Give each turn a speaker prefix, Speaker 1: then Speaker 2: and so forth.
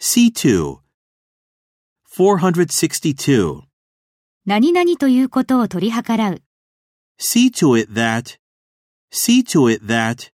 Speaker 1: C2 462.
Speaker 2: 何々ということを取り計らう。
Speaker 1: See to it that. See to it that.